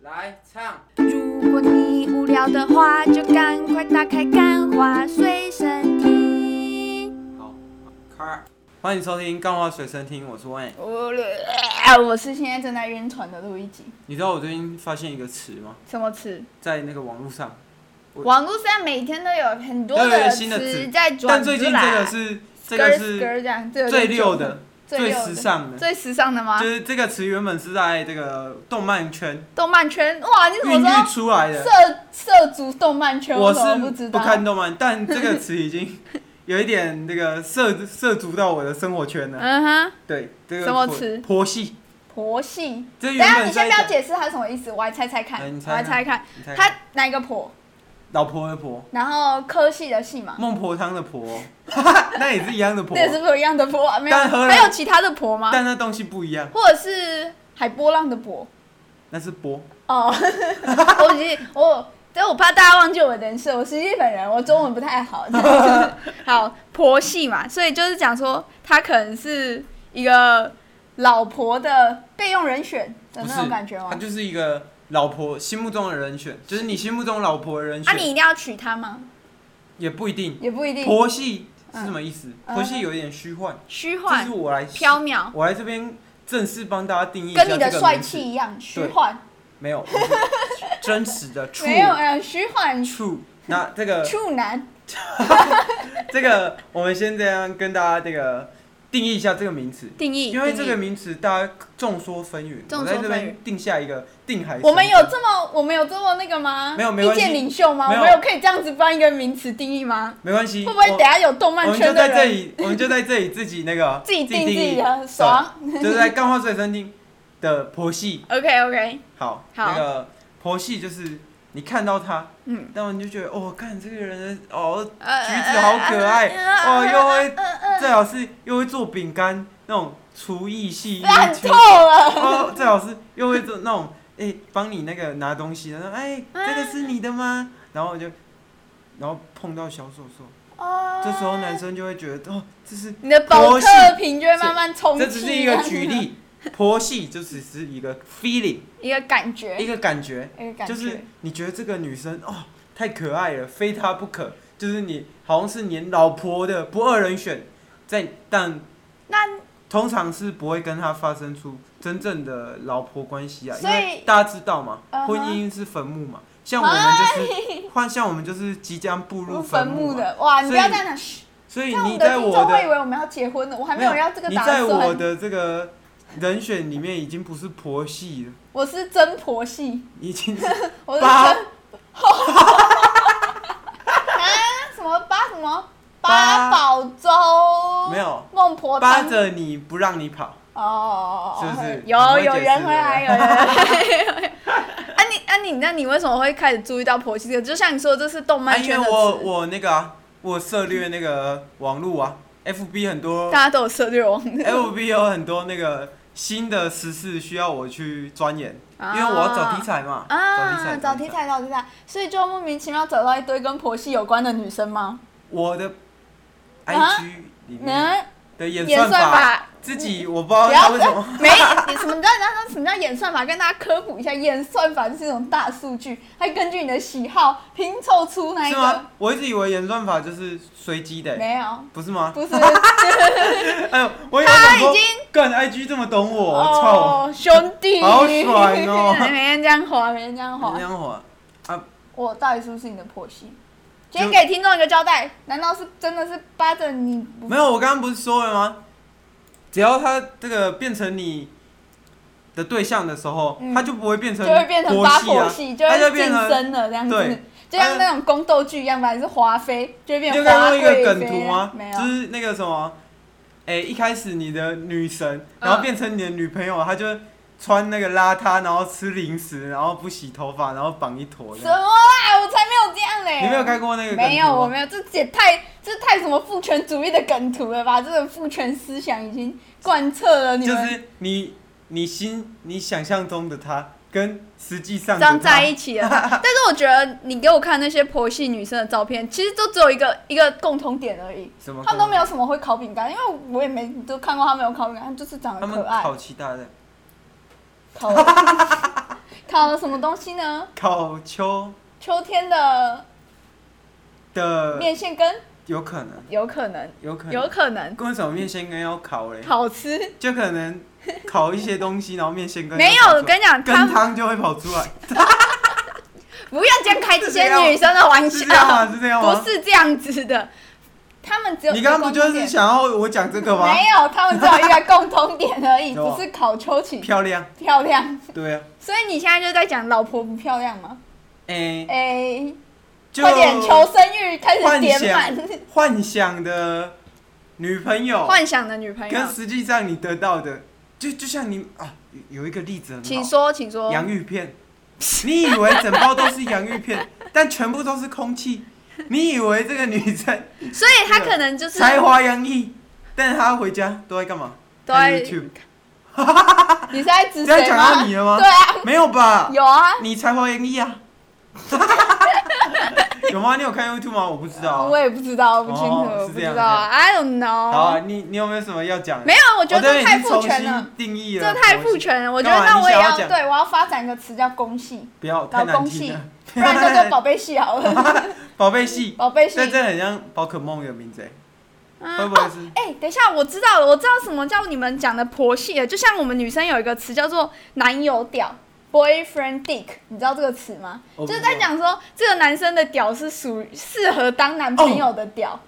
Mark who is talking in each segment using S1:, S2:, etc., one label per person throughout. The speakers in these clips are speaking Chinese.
S1: 来唱，
S2: 如果你无聊的话，就赶快打开《干花随身听
S1: 好，开。欢迎收听《干话随身听》，我是 Wayne。》。
S2: 我呃我是现在正在晕船的录一集，
S1: 你知道我最近发现一个词吗？
S2: 什么词？
S1: 在那个网络上，我
S2: 网络上每天都有很多
S1: 都有一
S2: 的
S1: 个新的
S2: 词
S1: 词
S2: 在转出来，
S1: 但最近这个是这个是
S2: 这样，这有点
S1: 最溜
S2: 久
S1: 的、
S2: 最
S1: 最
S2: 溜的
S1: 时尚的，
S2: 最啊时尚的吗
S1: 就？是这个词原本是在这个动漫 圈
S2: 动漫圈哇，你怎么
S1: 孕
S2: 知道
S1: 育出来的。
S2: 涉涉足动漫圈？
S1: 我
S2: 怎么不
S1: 是
S2: 知道？
S1: 看动漫， 但这个词已经 有一点这个涉涉足到我的生活圈了。
S2: 嗯哼，
S1: 对，这个
S2: 什么
S1: 婆
S2: 词
S1: 婆媳，
S2: 婆媳。
S1: 这
S2: 等一
S1: 原
S2: 下，
S1: 本
S2: 你
S1: 在
S2: 先不要
S1: 讲
S2: 解释它是什么意思，我来猜猜看，
S1: 哎你猜
S2: 我来猜看，
S1: 你猜
S2: 它哪一个婆？
S1: 老婆的婆，
S2: 然后科系的系嘛，
S1: 孟婆汤的婆， 那也是一样的婆
S2: 这，也是不一样的婆啊，没有，
S1: 但荷兰
S2: 还有其他的婆吗？
S1: 但那东西不一样，
S2: 或者是海波浪的波？
S1: 那是波。
S2: 哦， 我已经我。但我怕大家忘记我的人设，我是日本人，我中文不太好。 好，婆系嘛，所以就是讲说，她可能是一个老婆的备用人选的
S1: 不
S2: 那
S1: 是
S2: 种感觉吗
S1: 他？就是一个老婆心目中的人选，就是你心目中老婆的人
S2: 啊，
S1: 选，
S2: 你一定要娶她吗？
S1: 也不一定。
S2: 也不一定，
S1: 婆媳是什么意思？
S2: 嗯
S1: 婆媳有一点虚幻，
S2: 虚
S1: 这
S2: 幻
S1: 是、我来
S2: 缥缈，
S1: 我来这边正式帮大家定义一下
S2: 跟
S1: 这
S2: 你
S1: 个
S2: 的帅
S1: 名词
S2: 气一样，虚
S1: 对
S2: 幻。
S1: 没有，我 是真实的
S2: 没有
S1: true
S2: 没有，虚幻
S1: true。那这 个
S2: 处男，
S1: 这个，我们先这样跟大家这个定义一下这个名词，
S2: 定义，
S1: 因为这个
S2: 定义
S1: 名词大家众说纷纭，
S2: 众
S1: 我
S2: 说
S1: 在这
S2: 纷
S1: 边
S2: 纭
S1: 定下一个定海神针。
S2: 我们有这么我们有这么那个吗？
S1: 没有没
S2: 意
S1: 关系
S2: 见领袖吗？
S1: 没
S2: 我
S1: 有
S2: 们有可以这样子帮一个名词定义吗？
S1: 没关系，
S2: 会不会
S1: 我
S2: 等下有动
S1: 我
S2: 漫
S1: 们就
S2: 圈
S1: 在
S2: 的
S1: 这
S2: 人
S1: 里，我们就在这里自己那个
S2: 自己定
S1: 定
S2: 义的
S1: 对
S2: 爽
S1: 就是在干话最餐厅的婆媳。
S2: ？OK OK，
S1: 好，
S2: 好
S1: 那个婆媳就是你看到他，
S2: 嗯，
S1: 然后你就觉得哦，看这个人的哦，
S2: 呃
S1: 橘子好可爱哦，又会最好是又会做饼干那种厨艺系，
S2: 烂透了，
S1: 哦，最好是又会做那种哎，帮、你那个拿东西，然后哎，这个是你的吗？然后我就，然后碰到小手手，这时候男生就会觉得哦，这是
S2: 你的保特瓶就会慢慢充气，
S1: 这只是一个举，例，婆媳就只是一个 feeling，
S2: 一个感觉，
S1: 一个感觉，
S2: 一个感
S1: 就
S2: 觉，
S1: 是你觉得这个女生哦太可爱了，非她不可，就是你好像是你老婆的不二人选，在但
S2: 那
S1: 通常是不会跟她发生出真正的老婆关系啊，因
S2: 所以
S1: 为大家知道嘛，
S2: 嗯哼哎
S1: 婚姻是坟墓嘛，像我们就是换像我们就是即将步入
S2: 哦坟
S1: 墓
S2: 墓
S1: 嘛，
S2: 的哇，你
S1: 所
S2: 不
S1: 以
S2: 要这样讲，
S1: 所以
S2: 让
S1: 你
S2: 们的
S1: 在
S2: 听
S1: 我
S2: 众
S1: 的
S2: 会以为我们要结婚了，我还没有要这个
S1: 你
S2: 打
S1: 在我
S2: 算。
S1: 的这个人选里面已经不是婆媳了，
S2: 我是真婆系，
S1: 已经是
S2: 我是
S1: 八
S2: 真什么八什么
S1: 八
S2: 八宝粥，
S1: 没有
S2: 孟婆
S1: 扒
S2: 汤
S1: 着你不让你跑，
S2: 哦哦，哦
S1: 是不是
S2: 有
S1: 你会
S2: 有
S1: 解释
S2: 人回
S1: 对
S2: 来，有人回来。啊你啊你，那你为什么会开始注意到婆媳这个？就像你说，这是动
S1: 啊、
S2: 漫
S1: 因
S2: 圈
S1: 为
S2: 的
S1: 我
S2: 词，
S1: 我那个啊，我涉猎那个网络啊，FB 很多
S2: 大家都有涉猎网
S1: ，FB 有很多那个新的时事需要我去钻研，因为我要找题材嘛，找题
S2: 啊，
S1: 材，
S2: 找题。材，找题材，所以就莫名其妙找到一堆跟婆媳有关的女生吗？
S1: 我的
S2: 啊
S1: IG 里面
S2: 能
S1: 的演
S2: 演
S1: 算
S2: 算
S1: 法，
S2: 法
S1: 自己我不知道
S2: 不
S1: 他
S2: 要
S1: 为什 么，
S2: 没你什么叫那什么叫演算法？跟大家科普一下，演算法就是一种大数据，它根据你的喜好拼凑出那一
S1: 是
S2: 个。
S1: 吗？我一直以为演算法就是随机的、欸
S2: 没有，
S1: 不是吗？
S2: 不是
S1: 哎呦，我有
S2: 他
S1: 想说
S2: 已经，
S1: 干 IG 这么懂我，操！
S2: 哦，兄弟，
S1: 好爽 哦
S2: 每天这样滑，每天这样滑
S1: 这。样火，
S2: 我到底是不是你的婆媳？今天给听众一个交代，难道是真的是扒着你不？
S1: 没有，我刚刚不是说了吗？只要他这个变成你的对象的时候，
S2: 嗯
S1: 他就不会变成
S2: 就会变成
S1: 婆
S2: 八
S1: 媳
S2: 婆
S1: 啊，
S2: 媳，就
S1: 他
S2: 会
S1: 就变
S2: 晋
S1: 成。
S2: 升了这样子
S1: 对，
S2: 就像那种宫斗剧一样吧，你是华妃，就
S1: 你
S2: 会变
S1: 有看
S2: 华
S1: 过
S2: 贵
S1: 一个
S2: 妃啊。
S1: 梗图吗？
S2: 没有
S1: 就，是那个什么，哎、一开始你的女神，
S2: 嗯
S1: 然后变成你的女朋友，她就穿那个邋遢，然后吃零食，然后不洗头发，然后绑一坨这
S2: 什
S1: 样。
S2: 么啦？我才没有这样嘞！
S1: 你没有看过那个梗图吗？
S2: 没有，我没有，这也太这太什么父权主义的梗图了吧？这种父权思想已经贯彻了你
S1: 就
S2: 们
S1: 是你你心你想象中的他跟实际上的
S2: 张在
S1: 他，
S2: 一起了吧。但是我觉得你给我看那些婆媳女生的照片，其实都只有一个一个共同点而已，
S1: 什么
S2: 他们都没有什么会烤饼干，因为我也没都看过他们有烤饼干，他们就是长
S1: 他
S2: 得
S1: 们
S2: 可爱，
S1: 烤其他的，
S2: 烤烤烤了什么东西呢？
S1: 烤秋
S2: 秋天的
S1: 的
S2: 面线羹，
S1: 有可能，
S2: 有可能，
S1: 有可能，
S2: 有可能
S1: 为什么面线羹要烤嘞？
S2: 好吃。
S1: 就可能烤一些东西，然后面线羹
S2: 没有，我跟你讲，
S1: 跟
S2: 他
S1: 汤就会跑出来，
S2: 不要这样开这
S1: 是这
S2: 些
S1: 样
S2: 女生的玩
S1: 是这样啊
S2: 笑，
S1: 吗？是这样吗
S2: 不？是这样子的。他们只有
S1: 你刚刚
S2: 一
S1: 不
S2: 个
S1: 就
S2: 共
S1: 是
S2: 点
S1: 想要我讲这个吗？
S2: 没有，他们只有一个共同点而 已，
S1: 有啊
S2: 不是考秋起
S1: 漂亮，
S2: 漂亮。
S1: 对啊，
S2: 所以你现在就在讲老婆不漂亮吗？
S1: 哎、
S2: 哎、
S1: 就
S2: 快点，求生欲开始
S1: 幻
S2: 点
S1: 想
S2: 满，
S1: 幻想的女朋友，
S2: 幻想的女朋友
S1: 跟，实际上你得到的，就就像你啊，有有一个例子很
S2: 请
S1: 好，
S2: 说，请说。
S1: 洋芋片，你以为整包都是洋芋片， 但全部都是空气，你以为这个女生
S2: 所以她可能就是
S1: 才华洋溢，但她回家都在干嘛？
S2: 都
S1: 看
S2: 在
S1: YouTube，
S2: 你是在指
S1: 这样
S2: 谁
S1: 讲
S2: 吗？
S1: 到你了吗？
S2: 对啊，
S1: 没有吧？
S2: 有啊，
S1: 你才华洋溢啊！ 有吗？你有看 YouTube 吗？我不知道
S2: 我
S1: 啊。
S2: 也不知道，我不
S1: 哦
S2: 清楚，我
S1: 是
S2: 不
S1: 这
S2: 知
S1: 样
S2: 道啊，I don't
S1: 好啊，
S2: know。
S1: 你你有没有什么要讲的？
S2: 没有，我觉得
S1: 哦对
S2: 这太
S1: 你
S2: 父
S1: 重
S2: 权
S1: 新
S2: 了，
S1: 定义了，
S2: 这太父权了。我觉得
S1: 干嘛
S2: 那我也
S1: 你想
S2: 要
S1: 要讲
S2: 对，我要发展一个词叫公系，
S1: 不要太
S2: 老
S1: 难
S2: 公
S1: 听了。
S2: 不然就叫宝贝系好 了，
S1: 宝贝系，
S2: 宝贝系。
S1: 这真的很像宝可梦的名字欸，
S2: 嗯
S1: 会不会
S2: 哦，
S1: 是？
S2: 哎、等一下，我知道了，我知道什么叫你们讲的婆媳了。就像我们女生有一个词叫做“男友屌 ”（boyfriend dick），你知道这个词吗？
S1: 哦我不
S2: 就是
S1: 知
S2: 在
S1: 道
S2: 讲说这个男生的屌是属于适合当男朋友的
S1: 哦
S2: 屌，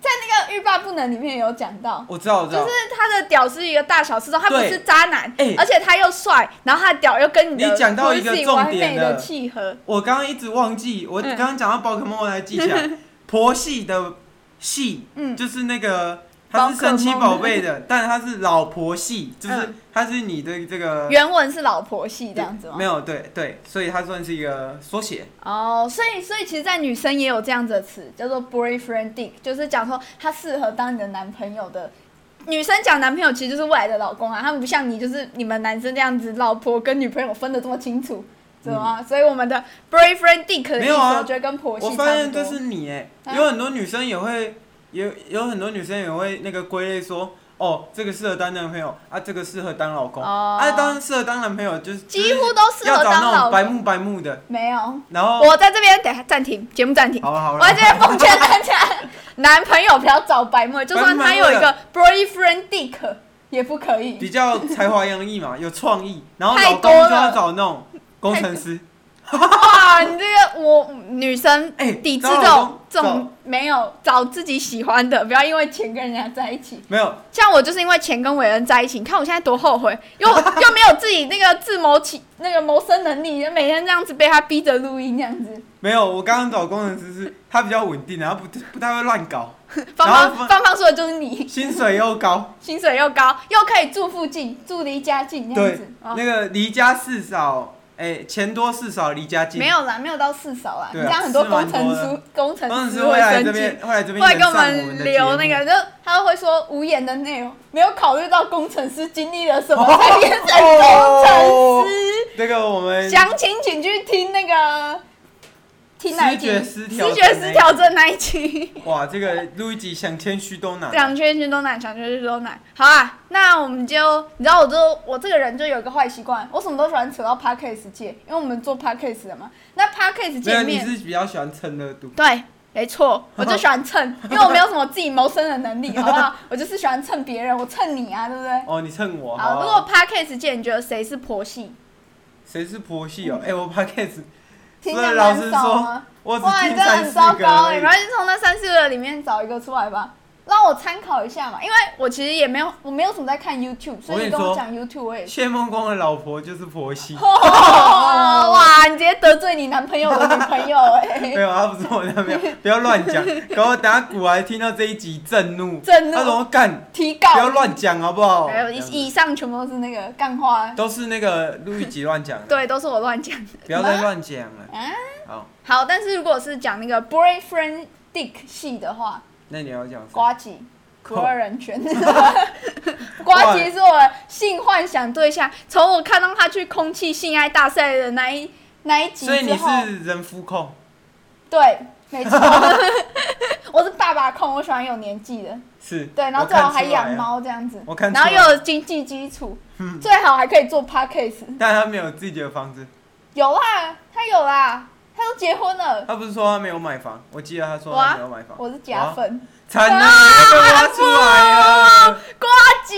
S2: 在那个欲罢不能里面有讲到。
S1: 我知道，我知
S2: 就
S1: 道
S2: 是。他的屌是一个大小适中，他不
S1: 对
S2: 是渣男，
S1: 哎
S2: 而且他又帅，然后他的屌又跟你的
S1: 你讲到一个
S2: pussy
S1: 重
S2: 完美
S1: 点
S2: 的
S1: 了
S2: 契合。
S1: 我刚刚一直忘记，我
S2: 嗯
S1: 刚刚讲到宝可梦，我才记起来，婆系的系
S2: 嗯，
S1: 就是那个。它是神奇宝贝的，但它是老婆系，就是
S2: 嗯
S1: 它是你的这个
S2: 原文是老婆系这样子吗
S1: 没？有对对，所以它算是一个缩写。
S2: 哦，所以所以其实，在女生也有这样子的词，叫做 boyfriend dick，就是讲说他适合当你的男朋友的。女生讲男朋友其实就是未来的老公啊，他们不像你，就是你们男生这样子，老婆跟女朋友分得这么清楚，知道吗？所以我们的 boyfriend dick 的
S1: 嗯没
S2: 意思，
S1: 有啊
S2: 我觉得跟婆媳
S1: 我
S2: 差不多。
S1: 发现这是你哎、
S2: 啊
S1: 有很多女生也会，有有很多女生也会那个归类说，哦，这个适合当男朋友啊，这个适合当老公，
S2: 哦
S1: 啊，当然适合当男朋友就是
S2: 几乎都
S1: 就是
S2: 适
S1: 要
S2: 合
S1: 找
S2: 当
S1: 那
S2: 老
S1: 种白
S2: 公。
S1: 目白目的，
S2: 没有，
S1: 然后
S2: 我在这边等一下暂停，节目暂停。
S1: 好了好
S2: 我
S1: 了
S2: 在，这边奉劝大家，男朋友不要找白目，就算他有一个 boyfriend dick 也不可以。
S1: 比较才华洋溢嘛，有创意，然后
S2: 太
S1: 老
S2: 多
S1: 公就
S2: 了
S1: 要找那种工程师，
S2: 哇，你这个我女生
S1: 哎
S2: 抵制
S1: 糟了
S2: 这种这
S1: 糟
S2: 种没有找自己喜欢的，不要因为钱跟人家在一起。
S1: 没有，
S2: 像我就是因为钱跟伟恩在一起，你看我现在多后悔， 又又没有自己那个自谋起那个谋生能力，每天这样子被他逼着录音这样子。
S1: 没有，我刚刚找工程师是他比较稳定，然后不不太会乱搞，
S2: 芳
S1: 然后
S2: 芳芳芳说的就是你，
S1: 薪水又高，
S2: 薪水又高，又可以住附近，住离家近这样
S1: 对
S2: 子。，哦
S1: 那个离家事少，哎、钱多事少，离家近
S2: 没。有啦，没有到四少啦，你
S1: 对啊
S2: 这样很多
S1: 是
S2: 工
S1: 蛮
S2: 程
S1: 多的
S2: 师工程
S1: 当
S2: 师
S1: 时会来这
S2: 生气
S1: 边，。会来 这边
S2: 后来
S1: 延
S2: 跟
S1: 上
S2: 我们
S1: 的
S2: 留那
S1: 节目
S2: 个，就他会说无言的内容，没有考虑到工程师经历了什 么才变成工 程师。
S1: 这哦个我们
S2: 详情请去听那个听哪一集？
S1: 失觉失调
S2: 觉失调症那一集。
S1: 哇，这个录一集想谦虚都难。
S2: 想确认都难，想确认都难。好啊，那我们就你知道，我就我这个人就有一个坏习惯，我什么都喜欢扯到 podcast 界，因为我们做 podcast 的嘛。那 podcast
S1: 没有，
S2: 界
S1: 你
S2: 面
S1: 是比较喜欢蹭热度。
S2: 对，没错，我就喜欢 蹭，因为我没有什么自己谋生的能力，好不好？我就是喜欢蹭别人，我蹭你啊，对不对？
S1: 哦，你蹭我。
S2: 好，
S1: 啊
S2: 如果 podcast 界你觉得谁是婆媳？
S1: 谁是婆系哦？哎，我 podcast
S2: 听
S1: 不
S2: 见
S1: 是老
S2: 蛮啊
S1: 师
S2: 少
S1: 说
S2: 吗？
S1: 我只
S2: 哇，你
S1: 听
S2: 真的
S1: 三
S2: 很
S1: 四
S2: 糟
S1: 个
S2: 糕
S1: 而
S2: 欸，没
S1: 已。
S2: 关系，从那三四个里面找一个出来吧，让我参考一下嘛。因为我其实也没有，我没有什么在看 YouTube，所以你跟我
S1: 我
S2: 讲
S1: 跟
S2: YouTube 我也是。
S1: 谢梦工的老婆就是婆系，
S2: 哦哇，你直接得罪你男朋友的女朋友哎、
S1: 没有，他不是我男朋友，不要乱讲。搞我等下古来听到这一集震怒，
S2: 震怒
S1: 他怎么干？
S2: 提
S1: 不要
S2: 告。
S1: 乱讲好不好？
S2: 还有
S1: 这样子
S2: 以以上全部都是那个干话，
S1: 都是那个录一集乱讲的，
S2: 对，都是我乱讲的。
S1: 不要再乱讲了。
S2: 啊
S1: 好，
S2: 好，但是如果是讲那个 boyfriend dick 系的话，
S1: 那你要讲什么？
S2: 瓜吉不二人 圈，瓜吉是我性幻想对象。从我看到他去空气性爱大赛的那一那一集
S1: 所以
S2: 之
S1: 你
S2: 后，
S1: 是人夫控，
S2: 对，没错， 我是爸爸控，我喜欢有年纪的，
S1: 是。
S2: 对，然后
S1: 我
S2: 最好
S1: 看
S2: 还
S1: 出来
S2: 养
S1: 了，
S2: 猫这样子，
S1: 我看出嗯
S2: 然
S1: 来
S2: 后又有经济基础，最好还可以做 p a c k a s e
S1: 但他没有自己的房子，
S2: 有啦，他有啦，他都结婚了。
S1: 他不是说他没有买房？我记得他说
S2: 哇
S1: 他没有买房。
S2: 我是假
S1: 哇，
S2: 粉，
S1: 惨了，要被挖出来啊了。
S2: 瓜吉，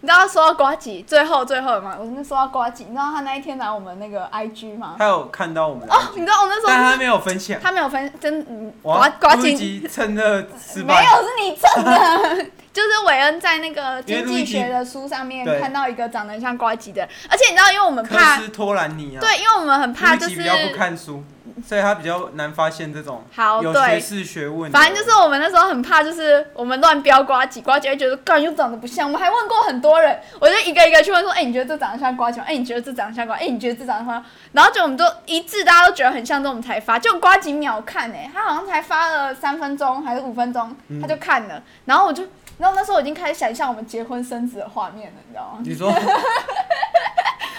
S2: 你知道说到瓜吉，最后最后嘛，我那说到瓜吉，你知道他那一天来我们那个 IG 吗？
S1: 他有看到我们的
S2: 哦，
S1: IG，
S2: 你知道我那时
S1: 但
S2: 候
S1: 他没有分享。
S2: 他没有分真嗯瓜
S1: 哇，
S2: 瓜
S1: 路易
S2: 吉。
S1: 吉趁热失
S2: 没
S1: 败，
S2: 有，是你蹭的。 就是韦恩在那个经济
S1: 因
S2: 学
S1: 为
S2: 的书上面
S1: 对
S2: 看到一个长得像瓜吉的，而且你知道，因为我们
S1: 科
S2: 怕，
S1: 斯托兰尼啊。
S2: 对，因为我们很怕
S1: 路
S2: 就
S1: 易吉
S2: 是
S1: 比较不看书，所以他比较难发现这种
S2: 好
S1: 有
S2: 哦
S1: 学
S2: 对
S1: 识学问的。
S2: 反正就是我们那时候很怕，就是我们乱标瓜吉，瓜吉会觉得干又长得不像。我们还问过很多人，我就一个一个去问说，哎、你觉得这长得像瓜吉吗？哎、你觉得这长得像瓜？哎、你觉得这长得像瓜？然后就我们都一致，大家都觉得很像，之后我们才发。就瓜吉秒看哎、他好像才发了三分钟还是五分钟，他就看了。然后我就，然后那时候我已经开始想象我们结婚生子的画面了，你知道吗？
S1: 你说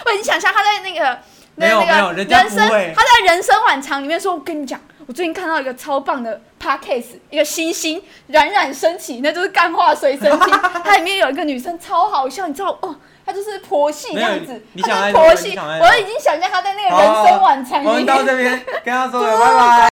S2: 我已经想象他在那个那
S1: 没有没
S2: 那
S1: 有
S2: 个
S1: 人家
S2: 人
S1: 不
S2: 生
S1: 会
S2: 他在人生晚场里面说：“我跟你讲，我最近看到一个超棒的 podcast，一个星星冉冉升起，那就是干化随身 听。它里面有一个女生超好笑，你知道哦，她就是婆媳这样
S1: 没
S2: 子
S1: 有，你
S2: 她
S1: 想
S2: 就是
S1: 爱
S2: 婆
S1: 你
S2: 媳，
S1: 想爱
S2: 我已经想象她在那个人生晚场
S1: 啊我
S2: 里
S1: 们
S2: 面
S1: 到这边跟他说了，拜拜。